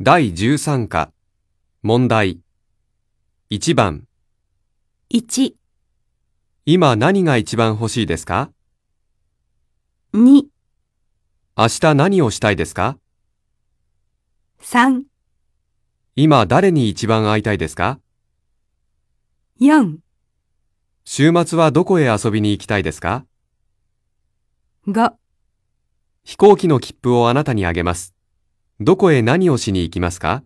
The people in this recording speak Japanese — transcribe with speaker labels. Speaker 1: 第13課、問題。1番、
Speaker 2: 1、
Speaker 1: 今何が一番欲しいですか
Speaker 2: 2、
Speaker 1: 明日何をしたいですか
Speaker 2: 3、
Speaker 1: 今誰に一番会いたいですか
Speaker 2: 4、
Speaker 1: 週末はどこへ遊びに行きたいですか
Speaker 2: 5。
Speaker 1: 飛行機の切符をあなたにあげます。どこへ何をしに行きますか